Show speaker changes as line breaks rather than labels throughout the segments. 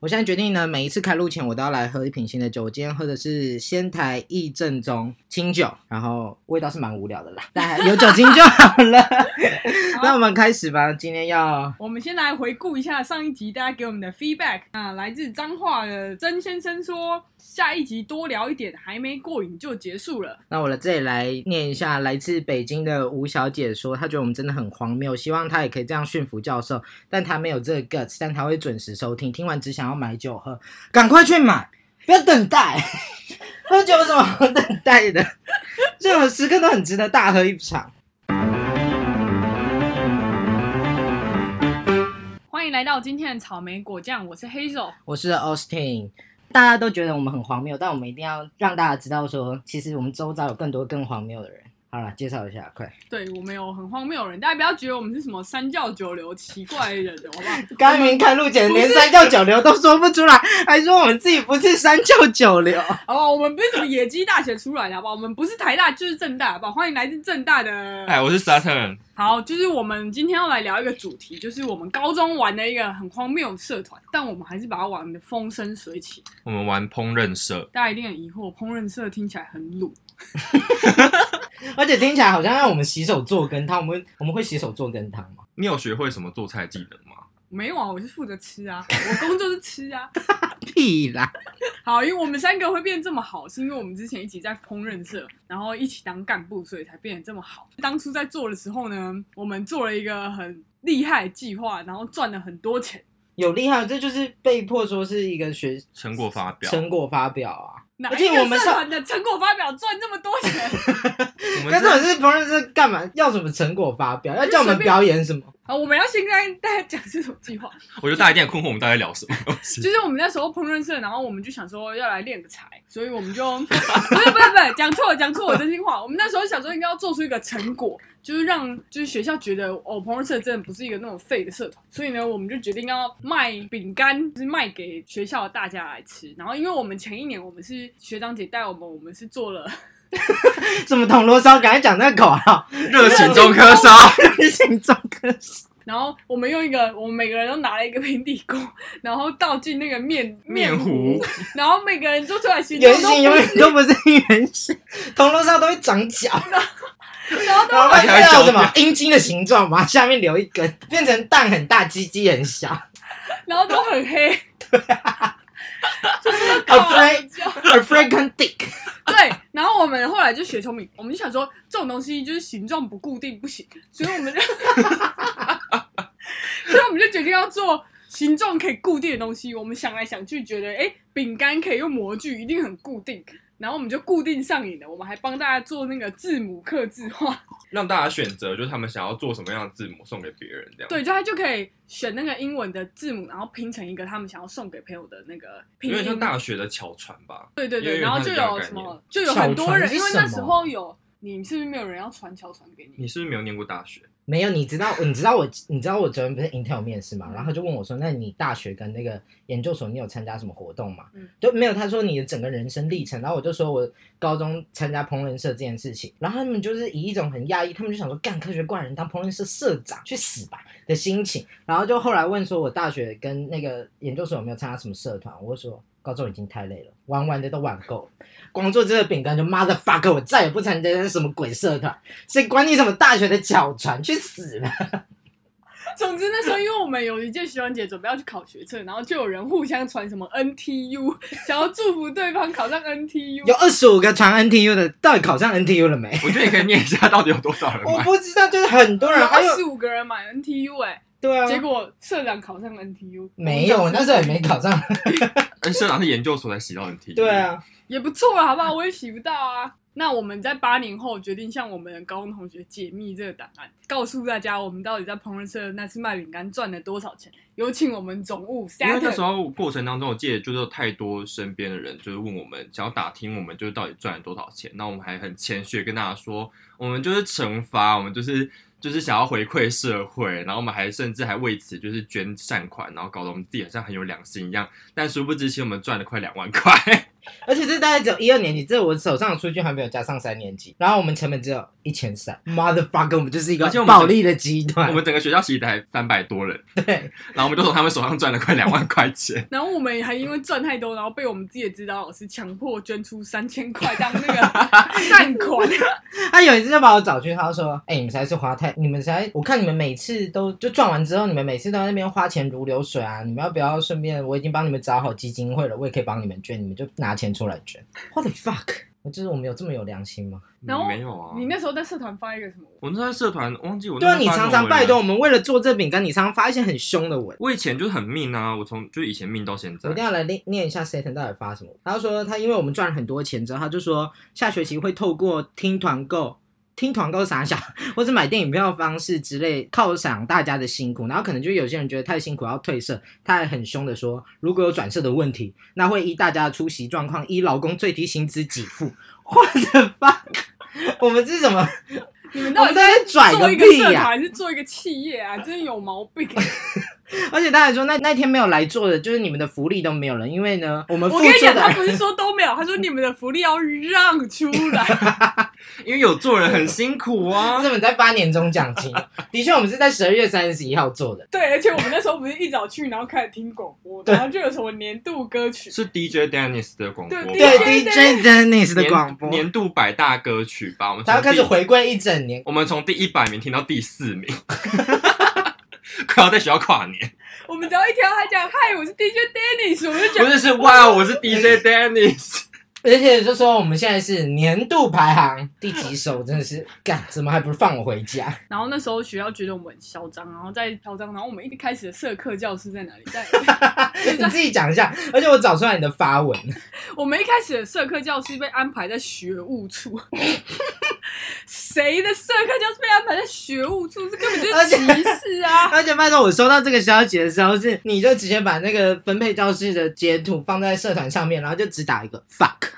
我现在决定呢，每一次开录前我都要来喝一瓶新的酒。我今天喝的是仙台益正宗清酒，然后味道是蛮无聊的啦，但有酒精就好了。那我们开始吧，今天要
我们先来回顾一下上一集大家给我们的 feedback 啊，来自彰化的曾先生说，下一集多聊一点，还没过瘾就结束了。
那我来这里来念一下来自北京的吴小姐说，她觉得我们真的很荒谬，希望她也可以这样驯服教授，但她没有这个 guts，但她会准时收听，听完只想要买酒喝，赶快去买，不要等待， 喝酒有什么好等待的？ 这种时刻都很值得大喝一场。
欢迎来到今天的草莓果酱，我是 Hazel。
我是 Austin。大家都觉得我们很荒谬，但我们一定要让大家知道说，其实我们周遭有更多更荒谬的人。好了，介绍一下，快！
对我们有很荒谬的人，大家不要觉得我们是什么三教九流奇怪的人，好不好？
刚明开路前连三教九流都说不出来，还说我们自己不是三教九流。
好不好？我们不是什么野鸡大学出来的，好不好？我们不是台大就是正大，好不好？欢迎来自正大的。
哎，我是 Saturn，
好，就是我们今天要来聊一个主题，就是我们高中玩的一个很荒谬的社团，但我们还是把它玩的风生水起。
我们玩烹饪社，
大家一定很疑惑，烹饪社听起来很鲁，
而且听起来好像让我们洗手做羹汤，我们我们会洗手做羹汤吗？
你有学会什么做菜技能吗？
没有啊，我是负责吃啊，我工作是吃啊。
屁啦！
好，因为我们三个会变得这么好，是因为我们之前一起在烹饪社，然后一起当干部，所以才变得这么好。当初在做的时候呢，我们做了一个很厉害的计划，然后赚了很多钱。
有厉害，这就是被迫说是一个学
成果发表，
成果发表啊。
哪
而
一
且我们
个社
上
团的成果发表赚那么多钱？
我们
但是
这
我是不认识干嘛？要什么成果发表？要叫我们表演什么？
好，我们要先跟大家讲这种计划，
我觉得大家一定很困惑，我们到底在聊什么 东西？
就是我们那时候烹饪社，然后我们就想说要来练个才，所以我们就 不是不是不是讲错了讲错了，真心话。我们那时候想说应该要做出一个成果，就是让就是学校觉得哦烹饪社真的不是一个那种废的社团，所以呢我们就决定要卖饼干，就是卖给学校的大家来吃。然后因为我们前一年我们是学长姐带我们，我们是做了
什么铜锣烧？赶快讲那个口号！
热情中科烧，
心中歌手
然后我们用一个，我们每个人都拿了一个平底锅， 然后倒进那个面
面
糊
糊，
然后每个人做出来形状
圆
都
形永
不
远都不是圆形，铜锣烧都会长角，
是，然后都
然后
而且还
会有
绞
什么
掉
阴茎的形状嘛，下面留一根，变成蛋很大，鸡鸡很小。
然后都很黑，对
哦
啊，
Afraid
就是搞
African dick，
对，然后我们后来就学聪明，我们就想说这种东西就是形状不固定不行， 所以我们就，所以我们就决定要做形状可以固定的东西。我们想来想去，觉得哎，诶饼干可以用模具，一定很固定。然后我们就固定上瘾了，我们还帮大家做那个字母刻字化，
让大家选择，就是他们想要做什么样的字母送给别人，这样。，
对，就他就可以选那个英文的字母，然后拼成一个他们想要送给朋友的那个拼
有点像
音。
大学的巧传吧，
对对
因
对，
为
然后就有
它是
什
这样的概
么，就有很多人，
小船是
因为那
什
时
么
候有你是不是没有人要传小船给
你
你？
是不是没有念过大学？
没有，你知道，你知道我，你知道我昨天不是 Intel 面试嘛，然后他就问我说，那你大学跟那个研究所，你有参加什么活动吗？
嗯
就没有，他说你的整个人生历程，然后我就说我高中参加烹饪社这件事情，然后他们就是以一种很压抑，他们就想说干科学怪人当烹饪社社长去死吧的心情，然后就后来问说我大学跟那个研究所有没有参加什么社团，我就说。高中已经太累了，玩玩的都玩够了，光做这个饼干就 mother fuck，我再也不参加什么鬼社团，谁管你什么大学的脚船，去死吧！
总之那时候，因为我们有一届学长姐准备要去考学测，然后就有人互相传什么 NTU，想 要祝福对方考上 NTU。
有二十五个传 NTU 的，到底考上 NTU 了没？
我觉得你可以念一下，到底有多少人
我
买？
不知道，就是很多人，还
二
有
十五个人买 NTU 哎、
对啊，
结果社长考上 NTU，
没有，我那时候也没考上。
哎，社长是研究所才洗到人题。
对，啊，
也不错了，好不好？我也洗不到啊。那我们在八年后决定向我们的高中同学解密这个档案，告诉大家我们到底在烹饪社那次卖饼干赚了多少钱。有请我们总务
因为那时
Saturn。。
候过程当中，我记得就是有太多身边的人就是问我们，想要打听我们就是到底赚了多少钱。那我们还很谦虚地跟大家说，我们就是惩罚，我们就是就是想要回馈社会，然后我们还甚至还为此就是 捐善款，然后搞得我们自己好像很有良心一样。但殊不知，其实我们赚了快两万块。
而且这大概只有一二年级，这我手上的数据还没有加上三年级。然后我们成本只有一千三，motherfucker，我们就是一个
而且我们
暴力的集
我
团。
们整个学校其实才三百多人，
对，
然后我们就从他们手上赚了快两万块钱
然后我们还因为赚太多，然后被我们自己的指导老师强迫捐出三千块当 那个善款。
他有一次就把我找去，他就说：“哎、你们实在是花太，你们实在，我看你们每次都就赚完之后，你们每次都在那边花钱如流水啊！你们要不要顺便？我已经帮你们找好基金会了，我也可以帮你们捐，你们就拿钱出来捐。What the fuck？我就是我们有这么有良心吗？
然后
没有啊，
你那时候在社团发一个什么？
我那时候在社团忘记我
对啊，
那时候
你
发什
常
么
常
文
拜
了
托我们为了做这饼干，你常常发一些很凶的文。”
我以前就是很命啊，我从就是以前命到现在
我一，定要来念念一下 Satan 到底发什么。他说他因为我们赚了很多钱之后，他就说下学期会透过听团购。听团购傻笑， 或者买电影票的方式之类犒赏大家的辛苦，然后可能就有些人觉得太辛苦要退社，他还很凶的说，如果有转社的问题，那会依大家的出席状况，依劳工最低薪资给付。或者吧，我们是什么？
你们
我
到底
们在那拽
做
个
一个
屁啊
社
呀、
团还是做一个企业啊？真的有毛病！
而且他还说那那天没有来做的，就是你们的福利都没有了，因为呢， 我们付
我跟你
出
讲，
的
他不是说都没有，他说你们的福利要让出 来。
因为有做人很辛苦啊
日。本在发年终奖 金，的确，我们是在十二月三十一号做的。
对，而且我们那时候不是一早去，然后开始听广播，然后就有什么年度歌曲，
是 DJ Dennis 的广播吧，
对
对
DJ
，DJ Dennis 的
年
广播，
年度百大歌曲吧，我们从
然后开始
第，
回归一整年。
我们从第一百名听到第四名， 快要在学校跨年，
我们只要一听到他讲嗨，我是 DJ Dennis，我就觉
不
得
是是哇，我是 DJ Dennis，
而且就说我们现在是年度排行第几首，真的是干，怎么还不是放我回家？
然后那时候学校觉得我们很嚣张，然后在嚣张，然后我们一开始的社课教室在哪里？在
你自己讲一下。而且我找出来你的发文，
我们一开始的社课教室被安排在学务处， 谁的社课教室被安排在学务处？这根本就是歧视啊！
而且拜托我收到这个消息的时候是，你就直接把那个分配教室的截图放在社团上面，然后就只打一个 fuck，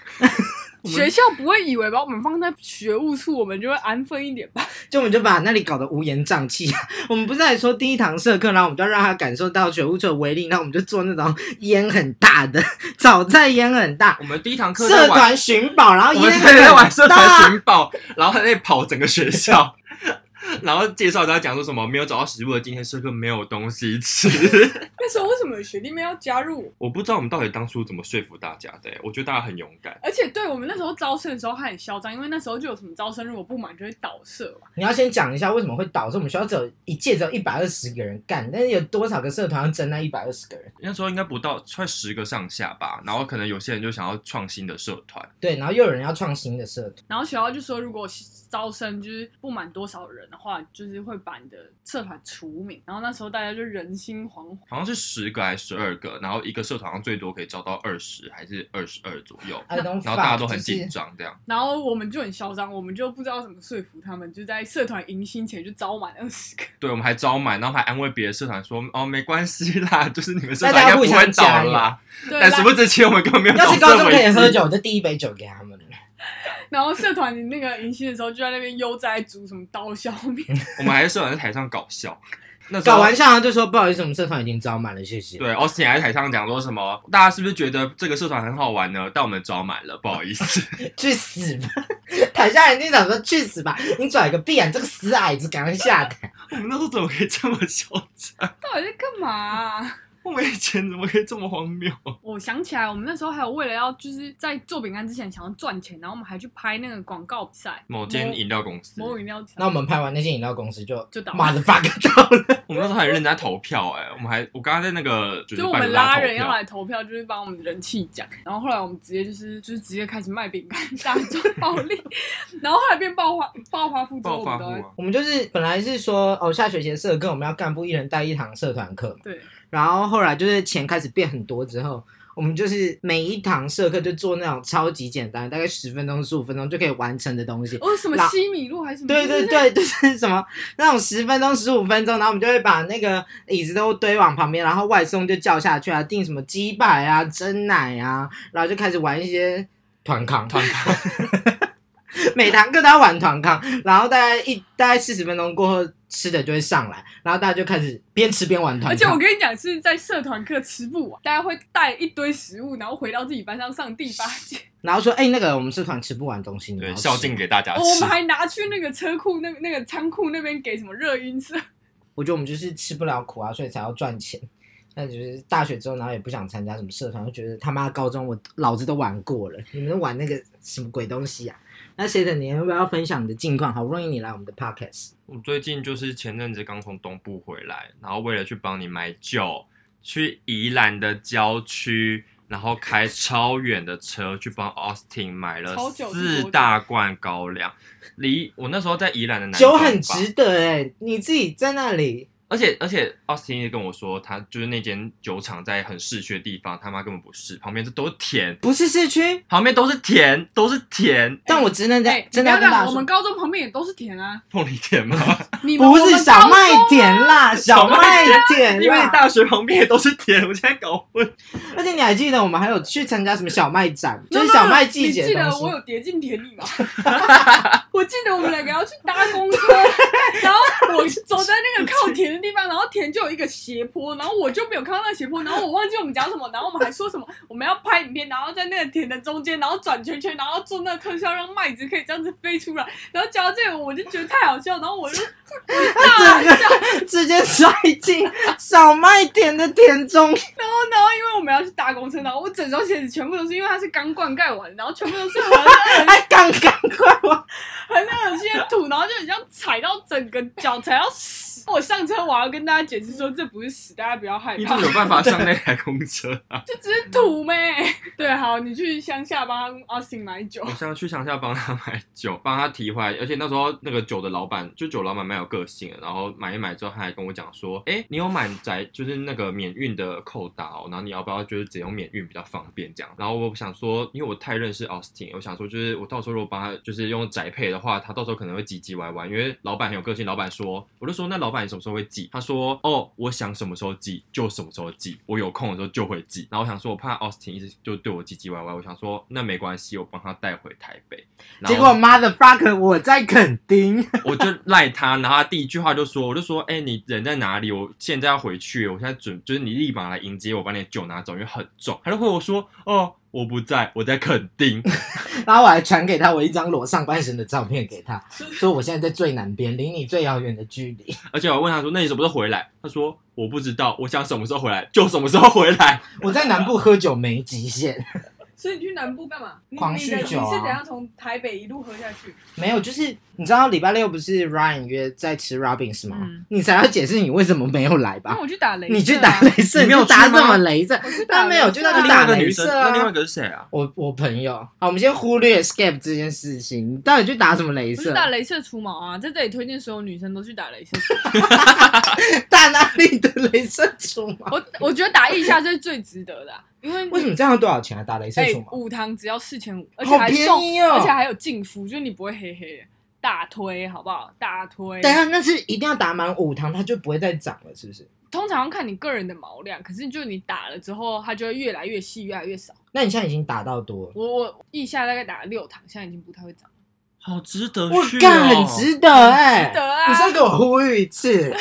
学校不会以为把我们放在学务处，我们就会安分一点吧？
就我们就把那里搞得乌烟瘴气。 我们不是还说第一堂社课，然后我们就要让他感受到学务处的威力，然后我们就做那种烟很大的早菜，烟很大
我，们第一堂课在
社
玩，
团寻宝，然后
我
烟
们在玩社
很
团
大。
寻宝，然后还在跑整个学校。 然后介绍大家讲说什么没有找到食物的今天社课没有东西吃，
那时候为什么有学弟妹要加入我？
我不知道我们到底当初怎么说服大家的、欸我觉得大家很勇敢。
而且对我们那时候招生的时候还很嚣张，因为那时候就有什么招生如果不满就会倒社嘛。
你要先讲一下为什么会导致我们学校只有一届只有一百二十个人干，但是有多少个社团要争那一百二十个人？
那时候应该不到快十个上下吧，然后可能有些人就想要创新的社团，
对，然后又有人要创新的社团，
然后学校就说，如果招生就是不满多少人的话，就是会把你的社团除名。然后那时候大家就人心惶惶。
好像是十个还是十二个，然后一个社团好像最多可以招到二十还是二十二左右，
I don't
然后大家
fuck，
都很
就是
紧张这样。
然后我们就很嚣张，我们就不知道怎么说服他们，就在社团迎新前就招满二十个。
对，我们还招满，然后还安慰别的社团说：“哦，没关系啦， 就是你们社
大
团
家
应该不
互相
会
加
倒
油
啦。”
对，
但殊不知，其实我们根本没有
要
到
是高
这
中可以
为
喝
止。
酒，我就第一杯酒给他们了。
然后社团那个迎新的时候就在那边悠哉煮什么刀削面，
我们还是社团在台上搞笑，那时候
搞完笑然后就说不好意思，我们社团已经招满了，谢谢。
对，奥斯汀还在台上讲说什么？大家是不是觉得这个社团很好玩呢？但我们招满了，不好意思。
去死吧！ 台下人就想说去死吧，你拽个屁啊！你这个死矮子，赶快下 台！
我们那时候怎么可以这么嚣张？
到底在干嘛啊、
我们以前怎么可以这么荒谬？
我想起来，我们那时候还有为了要就是在做饼干之前想要赚钱，然后我们还去拍那个广告比赛，
某间饮料公司，
某饮料厂
那我们拍完那些饮料公司就
就倒了
妈的 fuck 到了，
我们那时候还认真在投票哎、我们还我刚刚在那个
就是
就
是我
办
们
公
拉
投
人要
票
来投票，就是帮我们人气奖。然后后来我们直接就是就是直接开始卖饼干，大众暴利。 然后后来变暴发暴发户之后，
暴
我
发
们都
户
在
啊，
我们就是本来是说哦，下学期的社课我们要干部一人带一堂社团课嘛，
对
然后后来就是钱开始变很多之后。我们就是每一堂社课就做那种超级简单，大概十分钟、十五分钟就可以完成的东西。
哦什么
拉
西米露还是什么，
对
就是
对对，就是什么那种十分钟、十五分钟，然后我们就会把那个椅子都堆往旁边，然后外送就叫下去啊，订什么鸡排啊、蒸奶啊，然后就开始玩一些团 康，
团康
每堂课都要玩团康，然后大概一大概四十分钟过后，吃的就会上来，然后大家就开始边吃边玩团
而且我
康。
跟你讲，是在社团课吃不完，大家会带一堆食物，然后回到自己班上上第八节。
然后说，哎、那个我们社团吃不完东西，你们
对，
要吃
孝敬给大家
啊
哦我
吃
们。还拿去那个车库那那个仓库那边给什么热音社，
我觉得我们就是吃不了苦啊，所以才要赚钱。那就是大学之后，然后也不想参加什么社团，就觉得他妈高中我老子都玩过了，你们都玩那个什么鬼东西啊？那谁等你要不要分享你的近况？好不容易你来我们的 podcast，
我最近就是前阵子刚从东部回来，然后为了去帮你买酒，去宜兰的郊区，然后开超远的车去帮 Austin 买了
超久是多久
四大罐高粱。离我那时候在宜兰的南
酒
港
很
吧
值得哎、你自己在那里，
而且而且，奥斯汀也跟我说，他就是那间酒厂在很市区的地方，他妈根本不是，旁边这都是田，
不是市区，
旁边都是田，都是田，
但我只能在、
哎、你
真的
不要
要跟
这
大
样，
家
我
说
们，高中旁边也都是田啊，
凤梨田 吗？
你们啊
不是小麦，点 啦，小
小
麦
麦
点
因为
啦。
大学旁边也都是田，我现在搞混。
而且你还记得我们还有去参加什么小麦展，
我
就
们
是小麦季节
你记
的
得
东西
我。有跌进田里吗？ 我记得我们两个要去搭 公车，然后我走在那个靠田的地方，然后田就有一个斜坡，然后我就没有看到那个斜坡，然后我忘记我们讲什么，然后我们还说什么我们要拍影片，然后在那个田的中间，然后转圈圈，然后做那个特效，让麦子可以这样子飞出来，然后讲到这个我就觉得太好笑，然后 我就
整个直接 摔进小麦田的田中，
然后，然后因为我们要去搭公车，然后我整双鞋子全部都是，因为它是刚灌溉完，然后全部都是很恶
还哎刚刚快我
很恶心的土，然后就很像踩到整个脚踩到屎。我上车，我还要跟大家解释说这不是屎，大家不要害
哎你
怕
怎么，有办法上那台公 车啊？
这只是土咩。对，好，你去乡下帮啊阿信买酒
我。想去乡下帮他买酒，帮他提回来。而且那时候那个酒的老板，就酒老板蛮有个性的。然后买一买之后，他还跟我讲说：“哎、你有满宅就是那个免运的扣打哦，然后你要不要就是只用免运比较方便这样？”然后我想说，因为我太认识 Austin，我想说就是我到时候如果帮他就是用宅配的话，他到时候可能会唧唧歪歪，因为老板很有个性。老板说，我就说那老板你什么时候会寄？他说：“哦，我想什么时候寄就什么时候寄，我有空的时候就会寄。”然后我想说，我怕 Austin 一直就对我唧唧歪歪，我想说那没关系，我帮他带回台北。然后
结果 motherfucker 我在垦丁，
我就赖他，然后他第一句话就说，我就说，哎、你人在哪里？我现在要回去，我现在准就是你立马来迎接我，把你的酒拿走，因为很重。他就回我说，哦，我不在，我在垦丁。
然后我还传给他我一张裸上半身的照片给他，说我现在在最南边，离你最遥远的距离。
而且我问他说，那你什么时候回来？他说我不知道，我想什么时候回来就什么时候回来。
我在南部喝酒没极限，
所以你去南部干 嘛？你
狂
你的
酗酒啊
你是怎样从台北一路喝下去？
没有，就是你知道礼拜六不是 Ryan 约在吃 Robins 吗？
嗯
你才要解释你为什么没有来
因为
吧？
我去打雷、啊
你去打，雷射，
你没有
你打
去吗
什么雷射？
我去打啊
但没有，就
那
那
那
就
另
打
外一个
雷
女生，
射
那另外
啊
一。个是谁啊？
我我朋友，好，我们先忽略 Skype 这件事情，你到底去打什么雷
我去
射？
打镭射除毛啊，在这里推荐所有女生都去打镭射除毛。
打哪里的雷射除毛？
我我觉得打一下是最值得的啊、因为
为什么这样多少钱啊？打雷射
哎、
除毛？
五堂只要四千五，而且
好
还
便
送，
宜哦
而且还有净肤，就是你不会黑黑的。大推好不好？大推。
等一下，那是一定要打满五堂，它就不会再长了，是不是？
通常要看你个人的毛量，可是就你打了之后，它就会越来越细，越来越少。
那你现在已经打到多了，
我我腋下大概打了六堂，现在已经不太会长了。
好值得
我
去、哦，
干很值得哎、
值得啊
你再给我呼吁一次，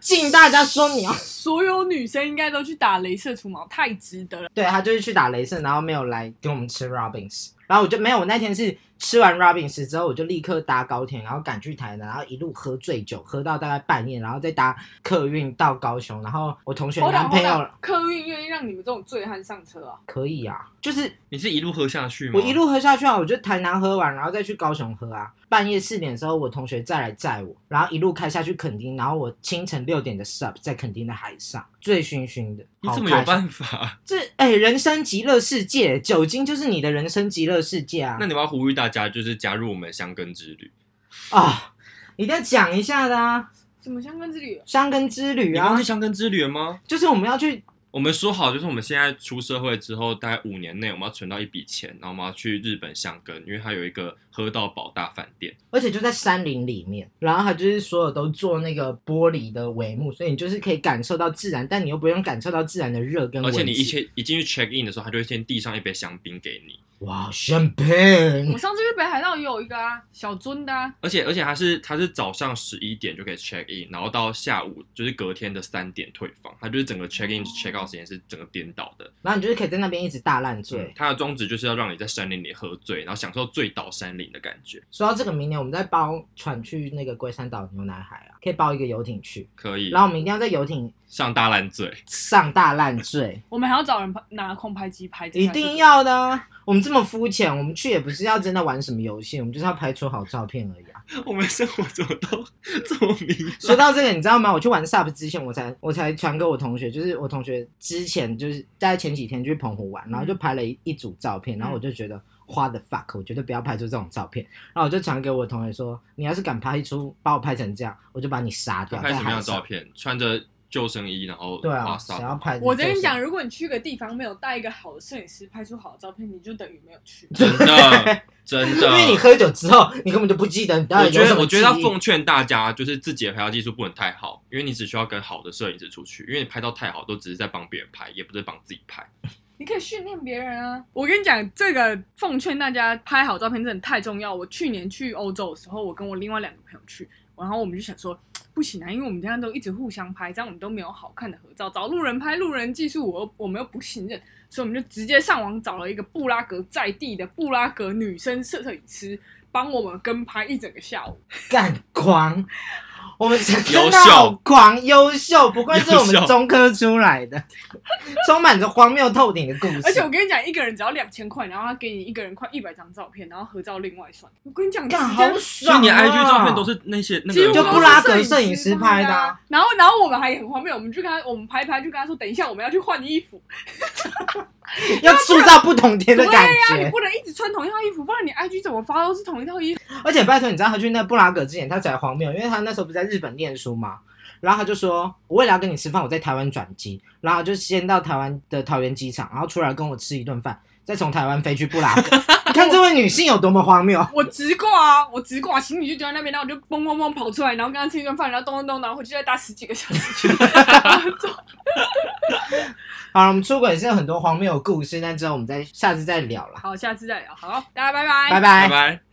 敬大家说你要
所有女生应该都去打镭射除毛，太值得了。
对他就是去打雷射，然后没有来跟我们吃 Robins，然后我就没有，我那天是吃完 Robins 之后，我就立刻搭高铁，然后赶去台南，然后一路喝醉酒，喝到大概半夜，然后再搭客运到高雄，然后我同学
我
男
打
朋
我
友
打，客运愿意让你们这种醉汉上车啊？
可以啊，就是
你是一路喝下去吗？
我一路喝下去啊，我就台南喝完，然后再去高雄喝啊。半夜四点的时候，我同学再来载我，然后一路开下去垦丁，然后我清晨六点的 sub 在垦丁的海上，醉醺醺的。
你怎么
好开
有
心
办法？
这哎、人生极乐世界，酒精就是你的人生极乐世界啊！
那你们要呼吁大家，就是加入我们香根之旅。
啊、一定要讲一下的啊，
怎么香根之旅？
山根之旅
你忘
啊
记，香根之旅了吗？
就是我们要去
我们说好，就是我们现在出社会之后，大概五年内我们要存到一笔钱，然后我们要去日本箱根，因为它有一个喝到饱大饭店。
而且就在山林里面，然后它就是所有都做那个玻璃的帷幕，所以你就是可以感受到自然，但你又不用感受到自然的热跟
而
温
且你一
气。
切一进去 check in 的时候，他就会先递上一杯香槟给你，
哇，champagne！
我上次去北海道也有一个啊，小樽的、啊，
而且而且他是他是早上十一点就可以 check in，然后到下午就是隔天的三点退房，他就是整个 check in check out 时间是整个颠倒的。
然后你就是可以在那边一直大烂醉。
嗯他的宗旨就是要让你在山林里喝醉，然后享受醉倒山林的感觉。
说到这个，明年我们再包船去那个龟山岛牛奶海啊，可以包一个游艇去，
可以
然后我们一定要在游艇
上大烂醉，
上大烂 醉，
我们还要找人拍拿空拍机拍这
一
下这个，
定要的啊。我们这么肤浅，我们去也不是要真的玩什么游戏，我们就是要拍出好照片而已啊。
我们生活怎么都 这么糜
说
烂？
到这个，你知道吗？我去玩 SUP 之前，我才我才传给我同学，就是我同学之前就是大概前几天去澎湖玩，然后就
嗯
拍了一一组照片，然后我就觉得。花的 fuck，我绝对不要拍出这种照片。然后我就传给我同学说：“你要是敢拍出把我拍成这样，我就把你杀
他
掉。”
拍什么样的
在海
照
上
片？穿着救生衣，然后
对啊，
滑
想
沙
要拍。
我跟你讲，，如果你去个地方没有带一个好的摄影师拍出好的照片，你就等于没有去。
真的 真
因
的，
为你喝酒之后，你根本就不记得你到
我
底
觉
有什
得，
么
我
记
觉
忆
得要奉劝大家，就是自己的拍照技术不能太好，因为你只需要跟好的摄影师出去，因为你拍照太好，都只是在帮别人拍，也不是帮自己拍。
你可以训练别人啊！我跟你讲，这个奉劝大家拍好照片真的太重要。我去年去欧洲的时候，我跟我另外两个朋友去，然后我们就想说，不行啊，因为我们这样都一直互相拍，这样我们都没有好看的合照。找路人拍路人技术，我又我们又不信任，所以我们就直接上网找了一个布拉格在地的布拉格女生摄影师，帮我们跟拍一整个下午。
干狂，我们真
优
真的好
秀
狂优秀，不愧是我
优
们
秀
中科出来的， 充满着荒谬透顶的故事。
而且我跟你讲，一个人只要两千块，然后他给你一个人快一百张照片，然后合照另外算。我跟你讲，
干
时
好爽、
间
所
啊，
以你的 IG 照片都是那些那
几
个
乎
就
都
布
是
拉格摄
摄
影师拍
拍
的啊
啊。然后，然后我们还很荒谬，我们就跟他，我们拍一拍，就跟他说，等一下我们要去换衣服。
要塑造不同天的
对
感
呀、你
觉。
不能一直穿同一套衣服，不然你 IG 怎么发都是同一套衣服。
而且拜托，你知道他去那布拉格之前，他才荒谬，因为他那时候不是在日本念书嘛。然后他就说：“我为了要跟你吃饭，我在台湾转机，然后就先到台湾的桃园机场，然后出来跟我吃一顿饭，再从台湾飞去布拉 格。你看这位女性有多么荒谬！
我直挂啊，我直挂，行李就丢在那边，然后我就蹦蹦蹦跑出来，然后跟他吃一顿饭，然后咚咚咚，然后回去再搭十几个小 时去。
好了，我们出轨是有很多荒谬的故事，但之后我们再下次再聊啦，
好，下次再聊，好，大家拜拜，
拜
拜拜。